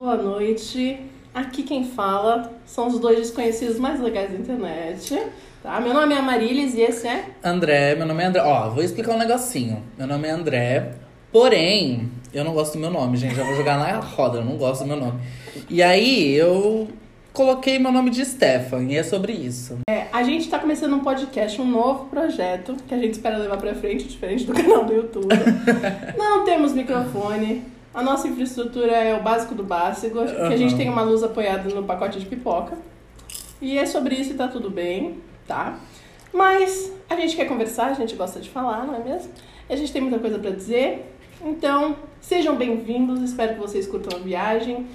Boa noite. Aqui quem fala são os dois desconhecidos mais legais da internet. Tá? Meu nome é Amarilis e esse é. André, meu nome é André. Ó, vou explicar um negocinho. Meu nome é André, porém, eu não gosto do meu nome, gente. Já vou jogar na roda, eu não gosto do meu nome. E aí, eu coloquei meu nome de Stefan, e é sobre isso. é, a gente tá começando um podcast, um novo projeto que a gente espera levar pra frente, diferente do canal do YouTube. Não temos microfone. A nossa infraestrutura é o básico do básico, que a gente Aham. tem uma luz apoiada no pacote de pipoca. E é sobre isso e tá tudo bem, tá? Mas a gente quer conversar, a gente gosta de falar, não é mesmo? E a gente tem muita coisa pra dizer. Então, sejam bem-vindos, espero que vocês curtam a viagem.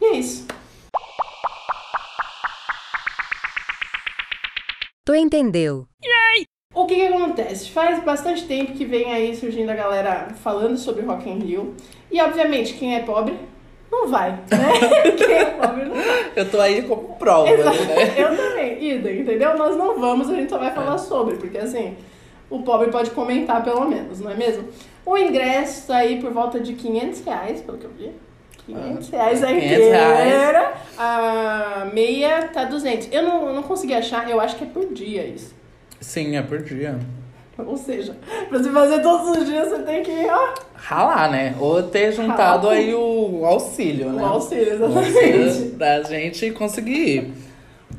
E é isso. Tu entendeu? O que, que acontece? Faz bastante tempo que vem aí surgindo a galera falando sobre Rock in Rio. E obviamente, quem é pobre não vai, né? quem é pobre não vai. Eu tô aí como prova, Exato. né? Eu também, Ida, entendeu? Nós não vamos, a gente só vai falar sobre, porque assim, o pobre pode comentar pelo menos, não é mesmo? O ingresso tá aí por volta de 500 reais, pelo que eu vi. 500 reais a 500 inteira. A meia tá 200. Eu não, eu não consegui achar, eu acho que é por dia isso. Sim, é por dia. Ou seja, pra você fazer todos os dias, você tem que ó, Ralar, né? Ou ter juntado Ralar. aí o auxílio, né? o auxílio, O exatamente. pra gente conseguir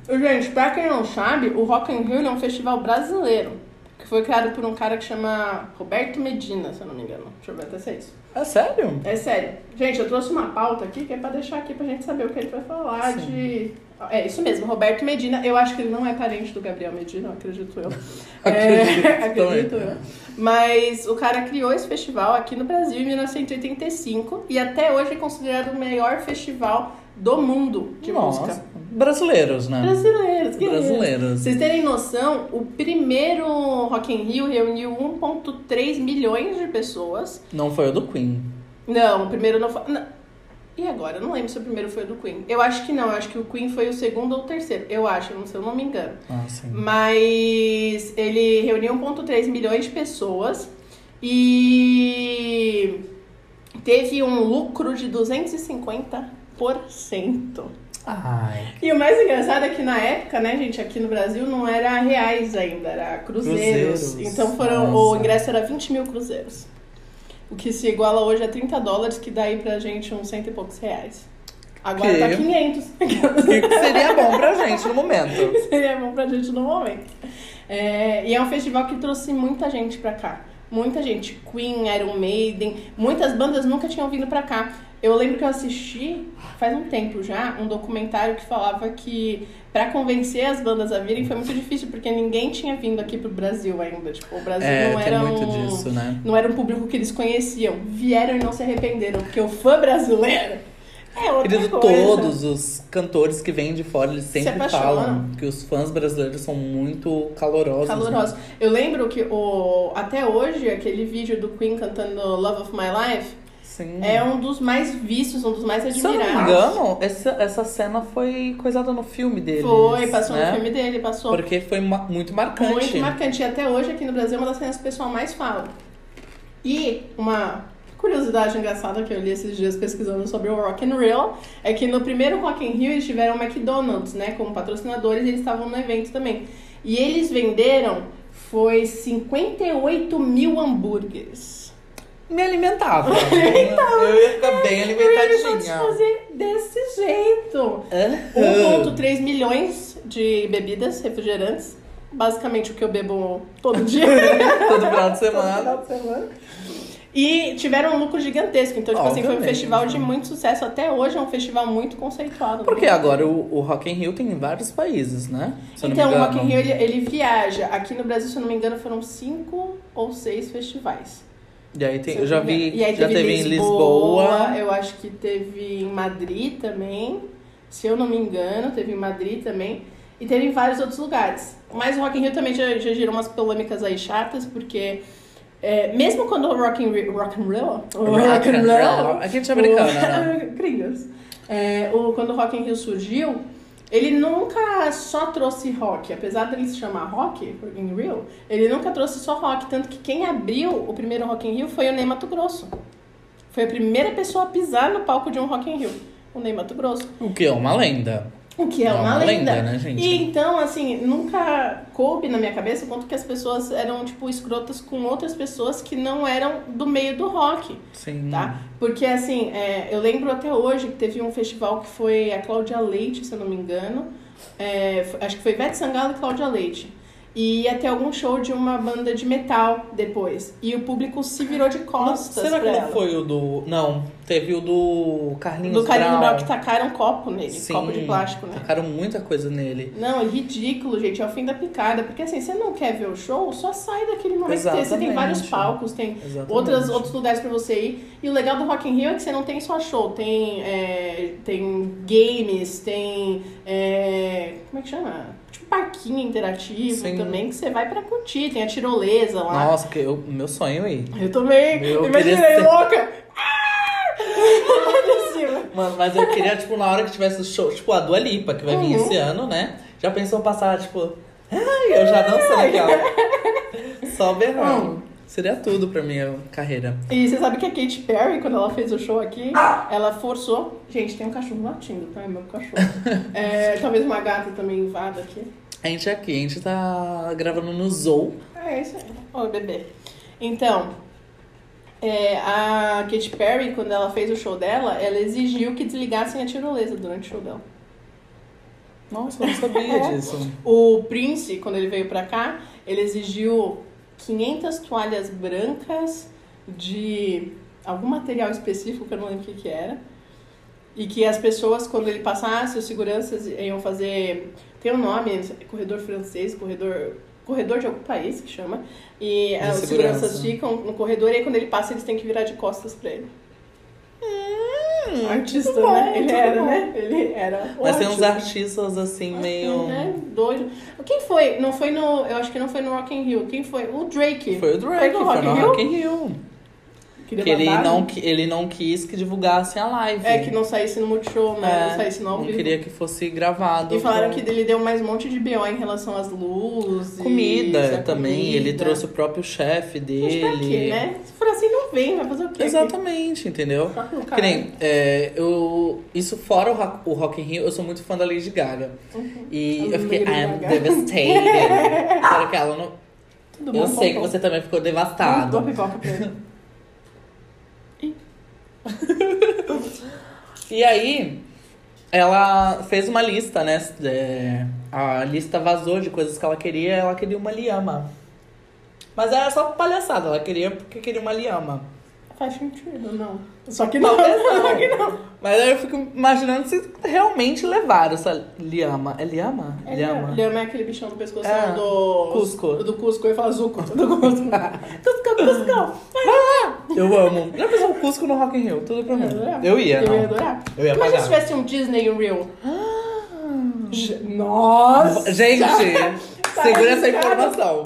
ir. Gente, pra quem não sabe, o Rock in Rio ele é um festival brasileiro. Que foi criado por um cara que chama Roberto Medina, se eu não me engano. Deixa eu ver até se é isso. É sério? É sério. Gente, eu trouxe uma pauta aqui que é pra deixar aqui pra gente saber o que ele vai falar Sim. de... É isso mesmo, Roberto Medina. Eu acho que ele não é parente do Gabriel Medina, acredito eu. Acredito É, acredito também. eu. Mas o cara criou esse festival aqui no Brasil em 1985 e até hoje é considerado o maior festival do mundo de Nossa. música. Brasileiros, né? Brasileiros, que lindo. Brasileiros. Vocês terem noção, o primeiro Rock in Rio reuniu 1.3 milhões de pessoas Não foi o do Queen. não, o primeiro não foi. não. E agora? Eu não lembro se o primeiro foi o do Queen. Eu acho que não, eu acho que o Queen foi o segundo ou o terceiro. Eu acho, não sei, eu não me engano. Ah, sim. Hum. Mas ele reuniu 1,3 milhões de pessoas e teve um lucro de 250%. Ai, E o mais engraçado é que na época, né, gente, aqui no Brasil não era reais ainda, era cruzeiros. Cruzeiros, Então foram, o nossa. ingresso era 20 mil cruzeiros. O que se iguala hoje a 30 dólares, que dá aí pra gente uns cento e poucos reais. Agora Que? tá 500. que seria bom pra gente no momento. Seria é bom pra gente no momento. É, e é um festival que trouxe muita gente pra cá. Muita gente. Queen, Iron Maiden. Muitas bandas nunca tinham vindo pra cá. Eu lembro que eu assisti, faz um tempo já, um documentário que falava que pra convencer as bandas a virem foi muito difícil, porque ninguém tinha vindo aqui pro Brasil ainda. Tipo, o Brasil É, não tem era muito um... disso, né? Não era um público que eles conheciam. Vieram e não se arrependeram, porque o fã brasileiro é outra Querido, coisa. todos os cantores que vêm de fora, eles sempre apaixonam. falam que os fãs brasileiros são muito calorosos. né? Caloroso. Eu lembro que o, até hoje, aquele vídeo do Queen cantando Love of My Life Sim. é um dos mais vistos, um dos mais Hum. Se eu não me admirados. engano, essa, essa cena foi coisada no filme deles. Foi, passou né? no filme dele, passou Porque foi ma- muito marcante. muito marcante. E até hoje, aqui no Brasil, é uma das cenas que o pessoal mais fala. E uma curiosidade engraçada que eu li esses dias pesquisando sobre o Rock in Rio é que no primeiro Rock in Rio eles tiveram o McDonald's, né, como patrocinadores, e eles estavam no evento também. E eles venderam, foi 58 mil hambúrgueres. Me alimentava. eu ia ficar bem Eles vão te alimentadinha. fazer desse jeito. Aham. 1.3 milhões de bebidas, refrigerantes. Basicamente o que eu bebo todo dia. Todo final Todo de semana. final de semana. E tiveram um lucro gigantesco. Então, tipo assim, foi um Obviamente, festival de né? muito sucesso. Até hoje é um festival muito conceituado. Porque agora o, o Rock in Rio tem em vários países, né? Se eu não me Então, o Rock in engano. Rio, ele, ele viaja. Aqui no Brasil, se eu não me engano, foram cinco ou seis festivais. E aí tem, Se eu já não me engano. vi, E aí já teve em Lisboa. Eu acho que teve em Madrid também. Se eu não me engano, teve em Madrid também. E teve em vários outros lugares. Mas o Rock in Rio também já, já gerou umas polêmicas aí chatas, porque... é, mesmo quando o Rock in Rio... Rock in Rio? O Rock in Rio- A gente é americana, né? o- Gringos. É, o, quando o Rock in Rio surgiu, ele nunca só trouxe rock. Apesar dele se chamar Rock in Rio, ele nunca trouxe só rock. Tanto que quem abriu o primeiro Rock in Rio foi o Ney Mato Grosso. Foi a primeira pessoa a pisar no palco de um Rock in Rio. o Ney Mato Grosso. O que é uma lenda. O que é, É uma, uma lenda. lenda, né, gente? E então, assim, nunca coube na minha cabeça o quanto que as pessoas eram, tipo, escrotas com outras pessoas que não eram do meio do rock, Sim. tá? Porque, assim, é, eu lembro até hoje que teve um festival que foi a Cláudia Leite, se eu não me engano. É, f- acho que foi Ivete Sangalo e Cláudia Leite. E ia ter algum show de uma banda de metal depois. E o público se virou de costas Será que pra não ela. foi o do. Não, teve o do Carlinhos Do Carinho Brown Brown que tacaram um copo nele, Sim, copo de plástico, né? Tacaram muita coisa nele. Não, é ridículo, gente. É o fim da picada. Porque assim, você não quer ver o show, só sai daquele momento que você tem Exatamente. vários palcos, tem Exatamente. outras, outros lugares pra você ir. E o legal do Rock in Rio é que você não tem só show, tem, é, tem games, tem. é, como é que chama? Tipo parquinho interativo Sim. também, que você vai pra curtir, tem a tirolesa lá. Nossa, que eu, meu sonho é aí. Eu também Eu imaginei, queria ser- louca! Ah! Lá de cima. Mano, mas eu queria, tipo, na hora que tivesse o show, tipo, a Dua Lipa, que vai Uhum. vir esse ano, né? Já pensou passar, tipo, ai, eu já dançando aqui, ó. Só berrando. Hum. Seria tudo pra minha carreira. E você sabe que a Katy Perry, quando ela fez o show aqui, ela forçou. Gente, tem um cachorro latindo, tá? É meu cachorro. É, talvez uma gata também invada aqui. A gente é aqui, a gente tá gravando no Zou. É isso aí. Ó, o bebê. Então, é, a Katy Perry, quando ela fez o show dela, ela exigiu que desligassem a tirolesa durante o show dela. Nossa, eu não sabia disso. O Prince, quando ele veio pra cá, ele exigiu 500 toalhas brancas de algum material específico, que eu não lembro o que, que era. E que as pessoas, quando ele passasse, os seguranças iam fazer. Tem um nome, corredor francês, corredor. Corredor de algum país que chama. E ah, os segurança. seguranças ficam no corredor e aí quando ele passa, eles têm que virar de costas pra ele. Hum, artista, tudo Hum, bom, né? Ele tudo era, bom. né? Ele era. o Mas tem uns artista. artistas, assim, meio... É, doido. Quem foi? Não foi no. Eu acho que não foi no Rock in Rio. Quem foi? O Drake. Foi o Drake, no foi, Rock in no Rio? Rock in Rio. Queria Que ele babado. não, qui- ele não quis que divulgasse a live. É, que não saísse no Multishow, né? Não saísse no ao É, não vivo. queria que fosse gravado. E falaram que com ele deu mais um monte de B.O. em relação às luzes. comida à também. comida. Ele trouxe o próprio chefe dele. Gente, pra quê, né? Se for assim, não vem. Vai fazer o quê? Exatamente, entendeu? Tá com o Que cara. nem, é, eu, isso fora o Rock, o Rock in Rio, eu sou muito fã da Lady Gaga. E A eu fiquei, Uhum. Lady I'm Gaga." devastated. Claro que ela não- Tudo bom, eu sei que bom, bom. você é também ficou Não, Dou a devastado. pipoca pra ele. E aí, ela fez uma lista, né? É, a lista vazou de coisas que ela queria, ela queria uma liama. Mas era só palhaçada, ela queria porque queria uma liama. Faz sentido, não. Só que não. Talvez não. Só que não. Mas aí eu fico imaginando se realmente levaram essa liama. É liama? É, Lhama é aquele bichão do pescoço Ah, do... Cusco. Do Cusco. Eu ia falar Zuco. Do Cusco. Cusco, Cusco. Eu amo. Já pensou o Cusco no Rock in Rio? Tudo pra mim. Eu ia. Eu ia não. adorar. Eu ia Imagina pagar. se tivesse um Disney Real. Hum. Nossa! Gente, segura essa arriscado. informação.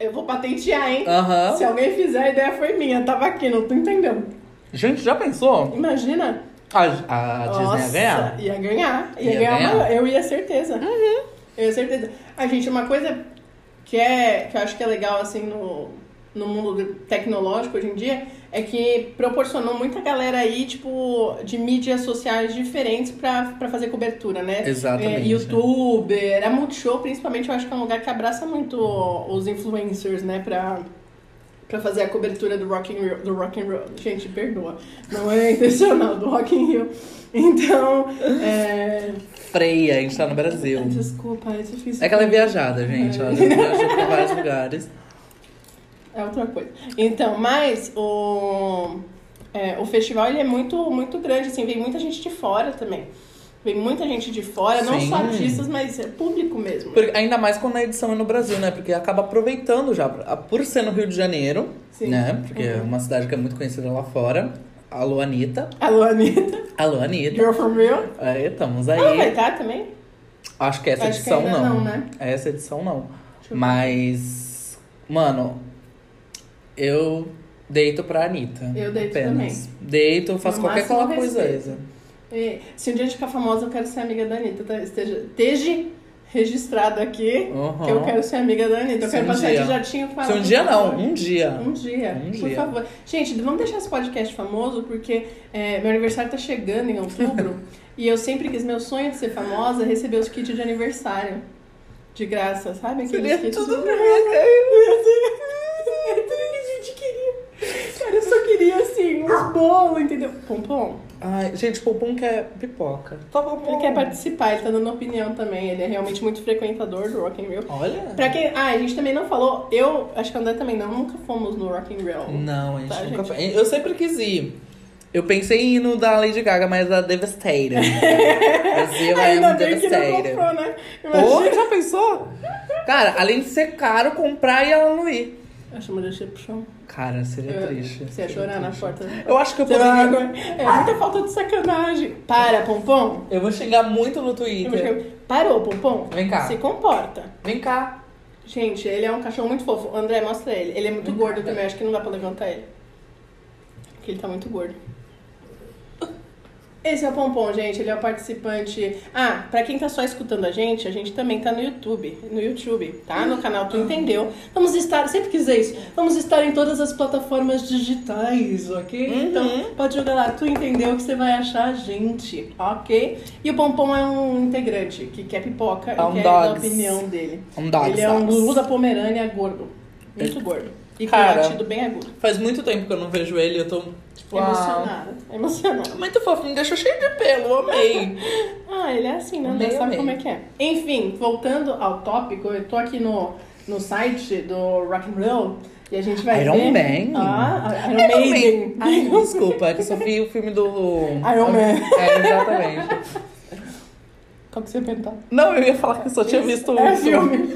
Eu vou patentear, hein? Aham. Se alguém fizer, a ideia foi minha. Tava aqui, não tô entendendo. Gente, já pensou? Imagina. A, a Disney ia ganhar? Ia ganhar. Ia, Ia ganhar, ganhar? Uhum. uma- Eu ia, certeza. Eu ia, certeza. A gente, uma coisa que, é, que eu acho que é legal, assim, no, no mundo tecnológico hoje em dia, é que proporcionou muita galera aí, tipo, de mídias sociais diferentes pra, pra fazer cobertura, né? Exatamente. É, youtuber, a Multishow, principalmente, eu acho que é um lugar que abraça muito os influencers, né? Pra, pra fazer a cobertura do Rock in Rio. Do Rock in Rio. Gente, perdoa. Não é intencional, do Rock in Rio. Então, é... Freia, a gente tá no Brasil. Desculpa, é difícil. É que ela é viajada, gente. Ela já viajou pra vários lugares. É outra coisa. Então, mas o, é, o festival ele é muito, muito grande, assim, vem muita gente de fora também. Vem muita gente de fora, não Sim. só artistas, mas é público mesmo. Por- ainda mais quando a edição é no Brasil, né? Porque acaba aproveitando já. pra- Por ser no Rio de Janeiro, Sim. Uhum. né? Porque é uma cidade que é muito conhecida lá fora. Alô, Anitta. Alô, Anitta, Alô, Anitta. Girl From Real. Aí, estamos Ela vai aí. estar também? Acho que essa Ah, Acho que edição ainda não. não, né? Essa edição não. Deixa eu ver. Mas, mano, eu deito pra Anitta. Eu deito apenas. Deito, faço No qualquer máximo, coisa. respeito. E, se um dia a gente ficar famosa, eu quero ser amiga da Anitta. tá? Esteja, esteja registrado aqui Uhum. que eu quero ser amiga da Anitta. Eu Se quero um passar dia- de jatinho com ela. Se um por dia não, favor. um dia. Um dia, Um por dia. favor. Gente, vamos deixar esse podcast famoso, porque é, meu aniversário tá chegando em outubro e eu sempre quis, meu sonho de ser famosa, é receber os kits de aniversário. De graça, sabe? Aqueles Seria kits tudo de- pra minha cara. É tudo que a gente queria. Cara, eu só queria, assim, uns bolos, entendeu? Pompom, Ai, gente, o Pompom quer pipoca. Só Pompom. ele quer participar, ele tá dando opinião também. Ele é realmente muito frequentador do Rock in Rio. Olha. Pra quem... Ah, a gente também não falou. Eu, acho que o André também não. Nunca fomos no Rock in Rio. Não, a gente Tá, nunca gente. foi. Eu sempre quis ir. Eu pensei em ir no da Lady Gaga, mas a Devastator. Brasil é Ainda um bem que não Devastator. comprou, né? Porra, Imagina. já pensou? Cara, além de ser caro comprar e ela não ir. Eu chamo de chão. Cara, seria é triste. um- É, Você ia Seria chorar na triste. porta. Eu acho que eu Você vou, vai ver agora. É muita falta de sacanagem. Para, Pompom. eu vou xingar muito no Eu Twitter. vou chegar- Parou, Pompom. Vem cá. Se comporta. Vem cá. Gente, ele é um cachorro muito fofo. André, mostra ele. Ele é muito gordo também, acho que não dá pra levantar ele. Porque ele tá muito gordo. Esse é o Pompom, gente. Ele é o participante. Ah, pra quem tá só escutando a gente, a gente também tá no YouTube. No YouTube, tá? No canal Tu Entendeu. Vamos estar, sempre quis dizer isso, vamos estar em todas as plataformas digitais, ok? Uhum. Então, pode jogar lá, Tu Entendeu, que você vai achar a gente, ok? E o Pompom é um integrante que quer pipoca É um e quer dar a dogs. opinião dele. Um dogs, Ele é um dogs. Lulu da Pomerânia gordo. Muito gordo. E com Cara. latido bem é agudo. Faz muito tempo que eu não vejo ele, eu tô tipo. ah, Emocionado. Emocionado. Muito fofo, me deixou cheio de pelo, amei. Ah, ele é assim, né? Não Meio, sabe meio. como é que é. Enfim, voltando ao tópico, eu tô aqui no, no site do Rock and Roll e a gente vai ver... Iron Man. Ah, Iron Maiden. Ai, desculpa, é que eu só vi o filme do. Iron Man. É, exatamente. Como que você ia perguntar? Não, eu ia falar que eu só tinha visto um é filme.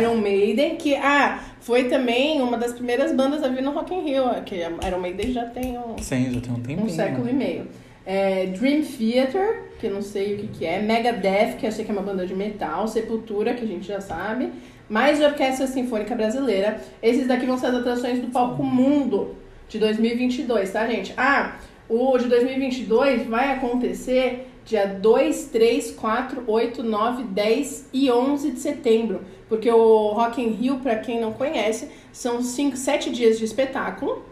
Iron Maiden, que ah, foi também uma das primeiras bandas a vir no Rock in Rio, que a Iron Maiden já tem um, Sim, já tem um tempinho. um século e meio. É, Dream Theater, que eu não sei o que, que é, Megadeth, que eu sei que é uma banda de metal, Sepultura, que a gente já sabe, mais Orquestra Sinfônica Brasileira. Esses daqui vão ser as atrações do Palco Mundo de 2022, tá, gente? Ah, o de 2022 vai acontecer dia 2, 3, 4, 8, 9, 10 e 11 de setembro, porque o Rock in Rio, pra quem não conhece, são 5, 7 dias de espetáculo.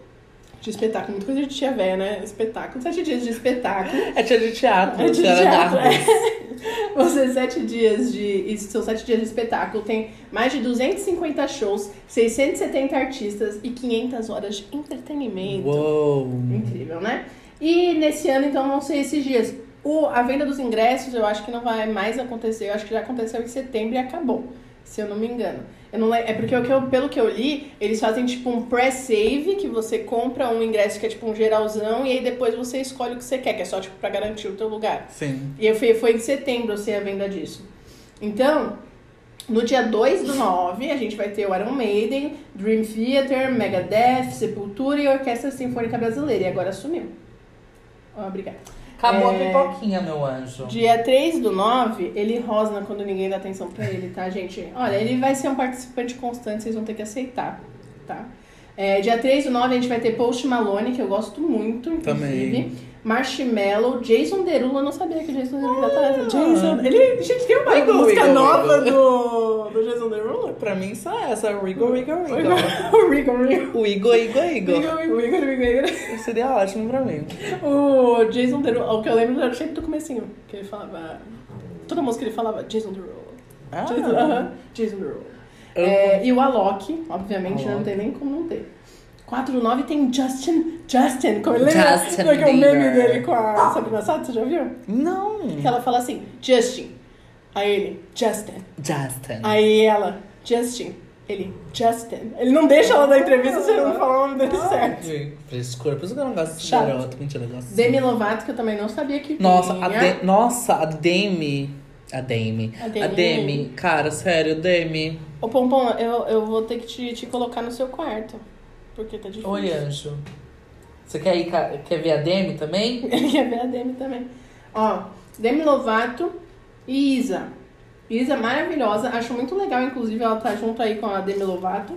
De espetáculo, muita coisa de tia véia, né? Espetáculo. Sete dias de espetáculo. É tia de teatro, É de tia teatro, da Argos. Você, sete dias de. Isso são sete dias de espetáculo. Tem mais de 250 shows, 670 artistas e 500 horas de entretenimento. Uou. Incrível, né? E nesse ano, então, vão ser esses dias. O, a venda dos ingressos eu acho que não vai mais acontecer. Eu acho que já aconteceu em setembro e acabou, se eu não me engano. Eu não, le- é porque o que eu- pelo que eu li, eles fazem tipo um pré-save, que você compra um ingresso que é tipo um geralzão, e aí depois você escolhe o que você quer, que é só tipo pra garantir o teu lugar. Sim. E eu fui, foi em setembro, eu sei a venda disso. Então, no dia 2 do 9, a gente vai ter o Iron Maiden, Dream Theater, Megadeth, Sepultura e Orquestra Sinfônica Brasileira. E agora sumiu. Ó, Obrigada. Acabou É. a pipoquinha, meu anjo. Dia 3 do 9, ele rosna quando ninguém dá atenção pra ele, tá, gente? Olha, ele vai ser um participante constante, vocês vão ter que aceitar, tá? É, dia 3 do 9, a gente vai ter Post Malone, que eu gosto muito, inclusive. Também. Marshmallow, Jason Derulo, eu não sabia que o Jason Derulo já tava... Jason... Ele, gente, tem uma Ah. Wiggle, música wiggle, nova wiggle. Do, do Jason Derulo? Pra mim, só essa. Wiggle, wiggle, wiggle. O Wiggle, Wiggle. O Igor, Igor, Igor. Wiggle, Wiggle, Wiggle. Seria ótimo pra mim. O Jason Derulo, o que eu lembro era sempre do comecinho, que ele falava... Toda música ele falava Jason Derulo. Ah, Jason, aham, Jason Derulo. Eu- É, e o Alok, obviamente, né, não Alok. tem nem como não ter. 4 do 9 tem Justin, Justin, como ele Justin lembra? Porque o meme Bieber. dele com a Sabrina Sato, você já viu? Não. Que ela fala assim, Justin. Aí ele, Justin. Justin. Aí ela, Justin. Ele, Justin. Ele não deixa ela dar entrevista se ele não falar o nome Ah. dele certo. Ai, Frescura, por isso que eu não gosto desse Chato. garoto. Mentira, eu gosto. Demi Lovato, que eu também não sabia que Nossa, vinha. a De... Nossa, a Demi. A Demi. A Demi. A Demi. Cara, sério, Demi. Ô, Pompom, eu, eu vou ter que te, te colocar no seu quarto. Porque tá difícil. Oi, anjo. Você quer, ir, ca- quer ver a Demi também? Ele quer ver a Demi também. Ó, Demi Lovato e Isa. Isa maravilhosa, acho muito legal, inclusive, ela tá junto aí com a Demi Lovato.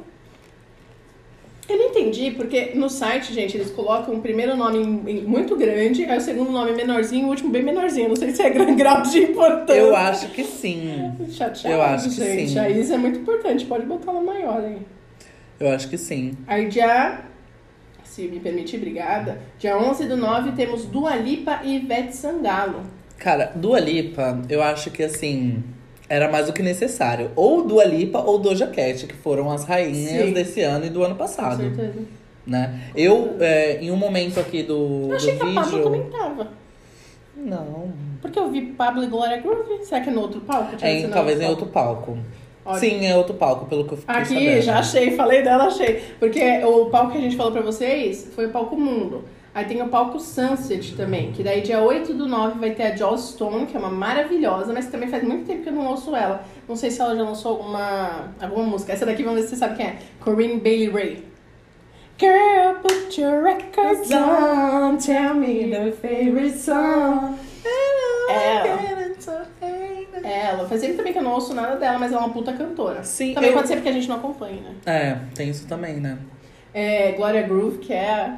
Eu não entendi, porque no site, gente, eles colocam o primeiro nome em- em muito grande, aí o segundo nome menorzinho, o último bem menorzinho. Não sei se é grande grau de importância. Eu acho que sim. Chateado, eu acho que gente. sim. Aí isso é muito importante, pode botar uma maior aí. Eu acho que sim. Aí dia, se me permitir, obrigada. Dia 11 do 9 temos Dua Lipa e Ivete Sangalo. Cara, Dua Lipa, eu acho que assim. Era mais do que necessário. Ou Dua Lipa ou Doja Cat, que foram as rainhas Sim. desse ano e do ano Com passado. certeza. Né? Eu, é, em um momento aqui do, Eu achei do que a Pablo vídeo. também tava. Não. Porque eu vi Pablo e Glória Groove. Será que é no outro palco? Tinha É, em- esse nome talvez no em palco? outro palco. Olha. Sim, é outro palco, pelo que eu fiquei Aqui, sabendo. já achei, falei dela, achei. Porque o palco que a gente falou pra vocês foi o palco Mundo. Aí tem o palco Sunset também, que daí dia 8 do 9 vai ter a Joss Stone, que é uma maravilhosa, mas também faz muito tempo que eu não ouço ela. Não sei se ela já lançou alguma, alguma música. Essa daqui, vamos ver se você sabe quem é. Corinne Bailey Ray. Girl, put your records on, tell me their favorite song. É, ela faz tempo também que eu não ouço nada dela, mas ela é uma puta cantora. Sim, também eu- pode ser porque a gente não acompanha, né? É, tem isso também, né? É, Gloria Groove, que é.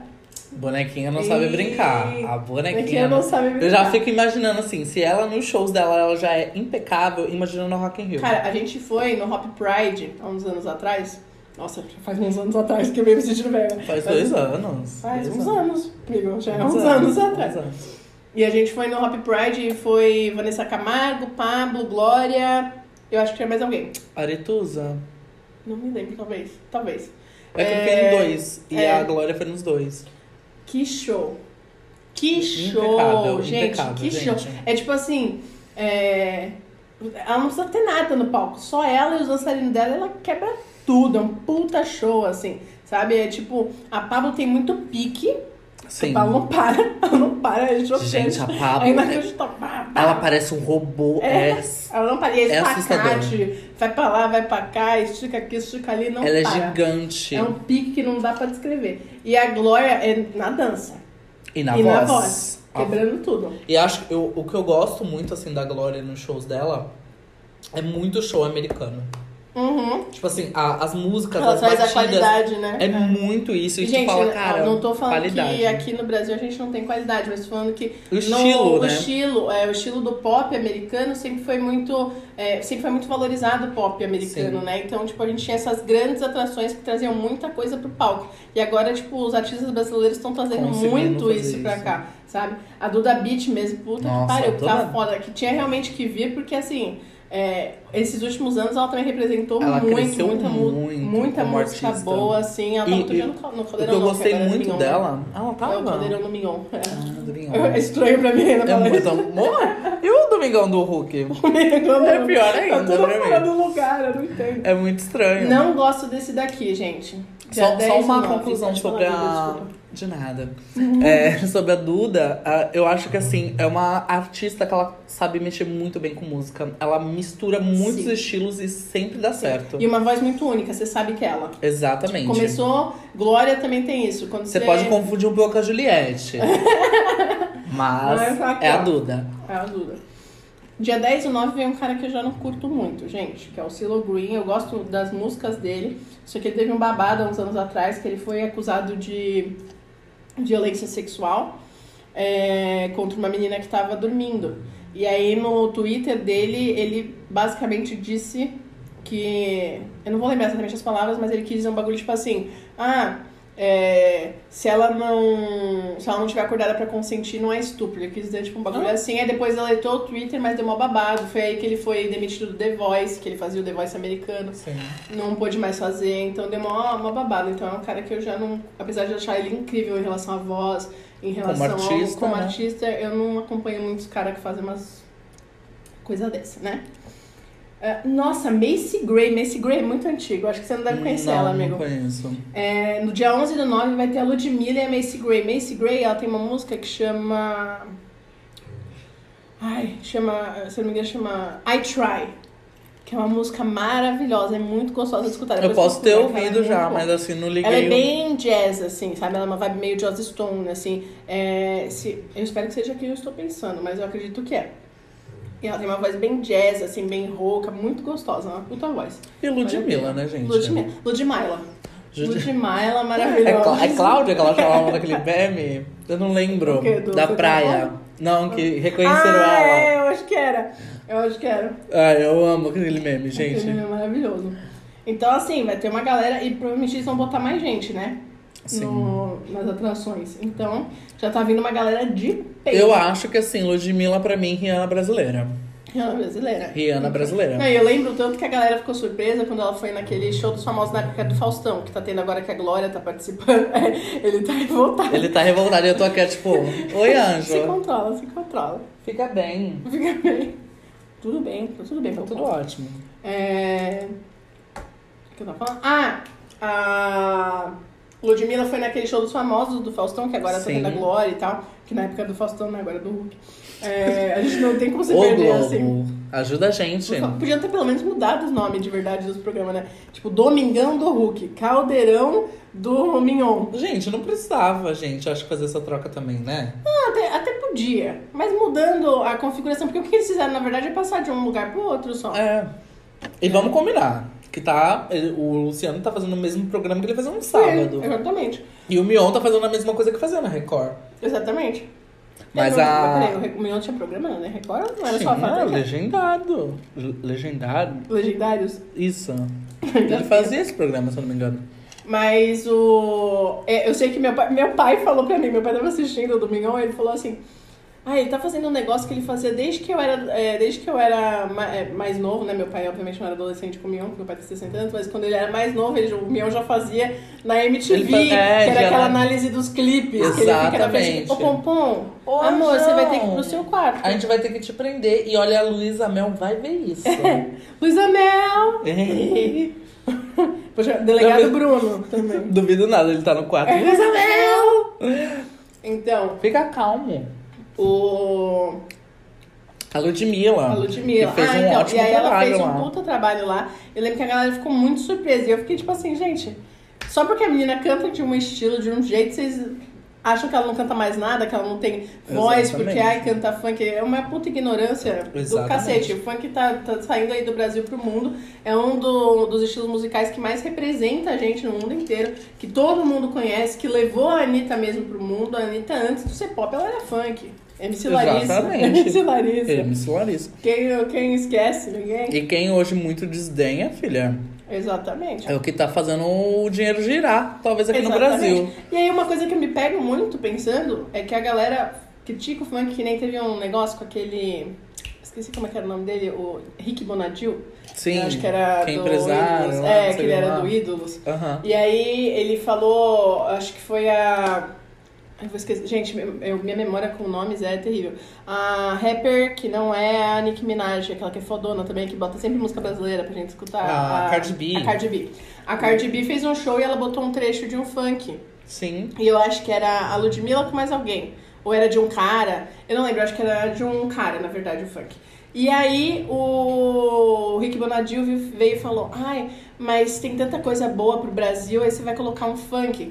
Bonequinha não sabe brincar. A bonequinha. Bonequinha não sabe brincar. é, né? Eu já fico imaginando assim, se ela nos shows dela ela já é impecável, imagina no Rock in Rio. Cara, a gente foi no Hop Pride há uns anos atrás. Nossa, já faz uns anos atrás que eu venho me sentindo velha. faz Mas- dois anos. né? um- Faz dois uns anos. anos, amigo. Já é Uns uns anos uns atrás. anos. E a gente foi no Hop Pride e foi Vanessa Camargo, Pablo, Glória. Eu acho que tinha mais alguém. Aretusa. Não me lembro, talvez. Talvez. É que É, tem dois. E é. a Glória foi nos dois. Que show. Que show, Impecável, gente. impecável, que gente. show. É tipo assim. é, Ela não precisa ter nada no palco. Só ela e os dançarinos dela, ela quebra tudo. É um puta show, assim. Sabe? É tipo, a Pablo tem muito pique. Sim. A Pablo não para. Ela não para. É chocante. Gente, a Pablo. é Ainda que eu tô- pá, pá. Ela parece um robô. É. É. Ela não para. E é É assustador. né? espacate. Vai pra lá, vai pra cá, estica aqui, estica ali. Não Ela é para. gigante. É um pique que não dá pra descrever. E a Glória é na dança. E na e voz. na voz. A Quebrando tudo. E acho que eu- o que eu gosto muito, assim, da Glória nos shows dela é muito show americano. Uhum. Tipo assim, a- as músicas, Ela as traz a batidas. qualidade, né? É muito isso. E Gente, tu fala, cara, não tô falando qualidade. que aqui no Brasil a gente não tem qualidade, mas tô falando que O no- estilo, o né? estilo, é, o estilo do pop americano sempre foi muito, é, sempre foi muito valorizado o pop americano, Sim. né? Então, tipo, a gente tinha essas grandes atrações que traziam muita coisa pro palco. E agora, tipo, os artistas brasileiros estão trazendo Conseguindo muito fazer isso, pra isso. né? cá, sabe? A Duda Beat mesmo, puta Nossa, que pariu, a que tava Duda- foda, que tinha realmente que vir, porque assim, é, esses últimos anos ela também representou Ela é muito, cresceu muita, mu- muito muita como música artista. boa, assim, ela tá E- muito e- no cal- no O que caldeirão. eu não, gostei agora é muito mignon, né? dela. Ela tava. É o caldeirão do Mignon. Ah, do Mignon. É estranho pra mim ainda É falar muito isso. amor. E o Domingão do Hulk? É É pior Tá ainda tudo pra fora mim. do lugar, eu não entendo. É muito estranho. Não gosto desse daqui, gente. Dia Só, 10 só do uma nove. conclusão Pode sobre falar, a. Duda, desculpa. De nada. É, sobre a Duda, a- eu acho que assim, é uma artista que ela sabe mexer muito bem com música. Ela mistura muitos Sim. estilos e sempre dá certo. E uma voz muito única, você sabe que é ela. Exatamente. Começou, Glória também tem isso. Quando Você pode confundir um pouco com a Juliette. Mas Mas aqui, é a ó. Duda. É a Duda. Dia 10 do 9 vem um cara que eu já não curto muito, gente, que é o Silo Green. Eu gosto das músicas dele. Só que ele teve um babado há uns anos atrás que ele foi acusado de violência sexual é, contra uma menina que estava dormindo. E aí no Twitter dele, ele basicamente disse que. Eu não vou lembrar exatamente as palavras, mas ele quis dizer um bagulho tipo assim: Ah, é, se ela não. Se ela não tiver acordada pra consentir, não é estupro. Ele quis dizer tipo um bagulho assim. Aí depois ele deletou o Twitter, mas deu mó babado. Foi aí que ele foi demitido do The Voice, que ele fazia o The Voice americano Sim. não pôde mais fazer, então deu uma, uma babada. Então é um cara que eu já não. Apesar de achar ele incrível em relação à voz, em relação ao- artista, como né? artista, eu não acompanho muitos caras que fazem umas coisa dessa, né? Ah, nossa, Macy Gray. Macy Gray é muito antigo. Acho que você não deve conhecer não, ela, Não amigo. conheço. É, no dia 11 do 9 vai ter a Ludmilla e a Macy Gray. Macy Gray, ela tem uma música que chama. Ai, chama. Se eu não me engano, chama I Try. Que é uma música maravilhosa, é muito gostosa de escutar. Eu Depois posso ter procura, que ela é ouvido muito já, boa. mas assim, não liguei. Ela é o- bem jazz, assim, sabe? Ela é uma vibe meio Joss Stone, assim. É, se, eu espero que seja o que eu estou pensando, mas eu acredito que é. E ela tem uma voz bem jazz, assim, bem rouca, muito gostosa, uma puta voz. E Ludmilla, né, gente? Ludmilla. Ludmilla. Ludmilla, ela é É, maravilhosa. Clá- é Cláudia que ela chamava daquele meme? Eu não lembro. O quê? Do- da do praia. Cláudio? Não, que reconheceram ah, ela. é, eu acho que era. Eu acho que era. Ai, eu amo aquele meme, Aquele gente. filme é maravilhoso. Então, assim, vai ter uma galera e provavelmente eles vão botar mais gente, né? Sim. No- nas atrações. Então, já tá vindo uma galera de peito. Eu acho que assim, Ludmilla pra mim, Rihanna brasileira. Rihanna é brasileira. Rihanna brasileira. Não, e eu lembro tanto que a galera ficou surpresa quando ela foi naquele show dos famosos na época do Faustão, que tá tendo agora que a Glória tá participando. Ele tá revoltado. Ele tá revoltado e eu tô aqui, tipo, oi Se anjo. controla, se controla. Fica bem. Fica bem. Tudo bem, tá tudo bem. Tá pelo tudo ponto. ótimo. É... O que eu tava falando? Ah, a Ludmilla foi naquele show dos famosos do Faustão, que agora tá Sim. tendo a Glória e tal. Que na época é do Faustão, né? Agora é do Hulk. É, a gente não tem como se Ô perder Globo, assim. ajuda a gente. Podiam ter pelo menos mudado os nomes de verdade dos programas, né? Tipo, Domingão do Hulk, Caldeirão do Mignon. Gente, não precisava, gente, acho que fazer essa troca também, né? Ah, Até, até podia, mas mudando a configuração, porque o que eles fizeram, na verdade, é passar de um lugar pro outro só. É. E vamos combinar. Que tá. ele- O Luciano tá fazendo o mesmo programa que ele fazia no sábado. É, exatamente. E o Mion tá fazendo a mesma coisa que fazia na Record. Exatamente. É, Mas Tem a- programa- Peraí, o Mion tinha programa, né? Record não era só Tinha, a fábrica. é legendado. Le- Legendado? Legendários. Isso. Ele fazia esse programa, se eu não me engano. Mas o. é, eu sei que meu pai, meu pai falou pra mim, meu pai tava assistindo o Domingão, ele falou assim. Ah, ele tá fazendo um negócio que ele fazia desde que eu era, é, desde que eu era ma- é, mais novo, né? Meu pai, obviamente, não era adolescente com o Mion, porque meu pai tem 60 anos, mas quando ele era mais novo, ele, o Mion já fazia na MTV, Ele fa- é, que era já aquela na- análise dos clipes, que ele fica na frente. Exatamente. Ô, Pompom, Ô, amor, você vai ter que ir João. pro seu quarto. A gente vai ter que te prender. E olha, a Luísa Mel vai ver isso. Luísa Mel! Poxa, delegado Também. Bruno também. Duvido nada, ele tá no quarto. Luísa Mel! Então, Fica calmo. o. A Ludmilla. A Ludmilla. Que fez ah, um então, ótimo e aí ela trabalho fez lá. um puta trabalho lá. Eu lembro que a galera ficou muito surpresa. E eu fiquei tipo assim, gente, só porque a menina canta de um estilo, de um jeito, vocês acham que ela não canta mais nada, que ela não tem voz, Exatamente. porque ai, canta funk. É uma puta ignorância do Exatamente. cacete. O funk tá, tá saindo aí do Brasil pro mundo. É um do- dos estilos musicais que mais representa a gente no mundo inteiro, que todo mundo conhece, que levou a Anitta mesmo pro mundo. A Anitta, antes do ser pop, ela era funk. MC Larissa. Exatamente. MC Larissa. É, Miss Larissa. Quem, quem esquece, ninguém. E quem hoje muito desdenha, filha, Exatamente. é o que tá fazendo o dinheiro girar, talvez aqui no Exatamente. Brasil. E aí uma coisa que eu me pego muito pensando é que a galera critica o funk que nem teve um negócio com aquele. Esqueci como é que era o nome dele, o Rick Bonadil. Sim. Eu acho que era que é do empresário. Ídolos. lá, É, não que sei ele era lá. do Ídolos. Aham. E aí ele falou, acho que foi a. Eu vou esquecer. Gente, eu- minha memória com nomes é terrível. A rapper que não é a Nicki Minaj, aquela que é fodona também, que bota sempre música brasileira pra gente escutar. Ah, A Cardi B. A Cardi B. A Cardi B fez um show e ela botou um trecho de um funk. Sim. E eu acho que era a Ludmilla com mais alguém. Ou era de um cara. Eu não lembro, eu acho que era de um cara, na verdade, o funk. E aí o Rick Bonadil vi- veio e falou: Ai, mas tem tanta coisa boa pro Brasil, aí você vai colocar um funk.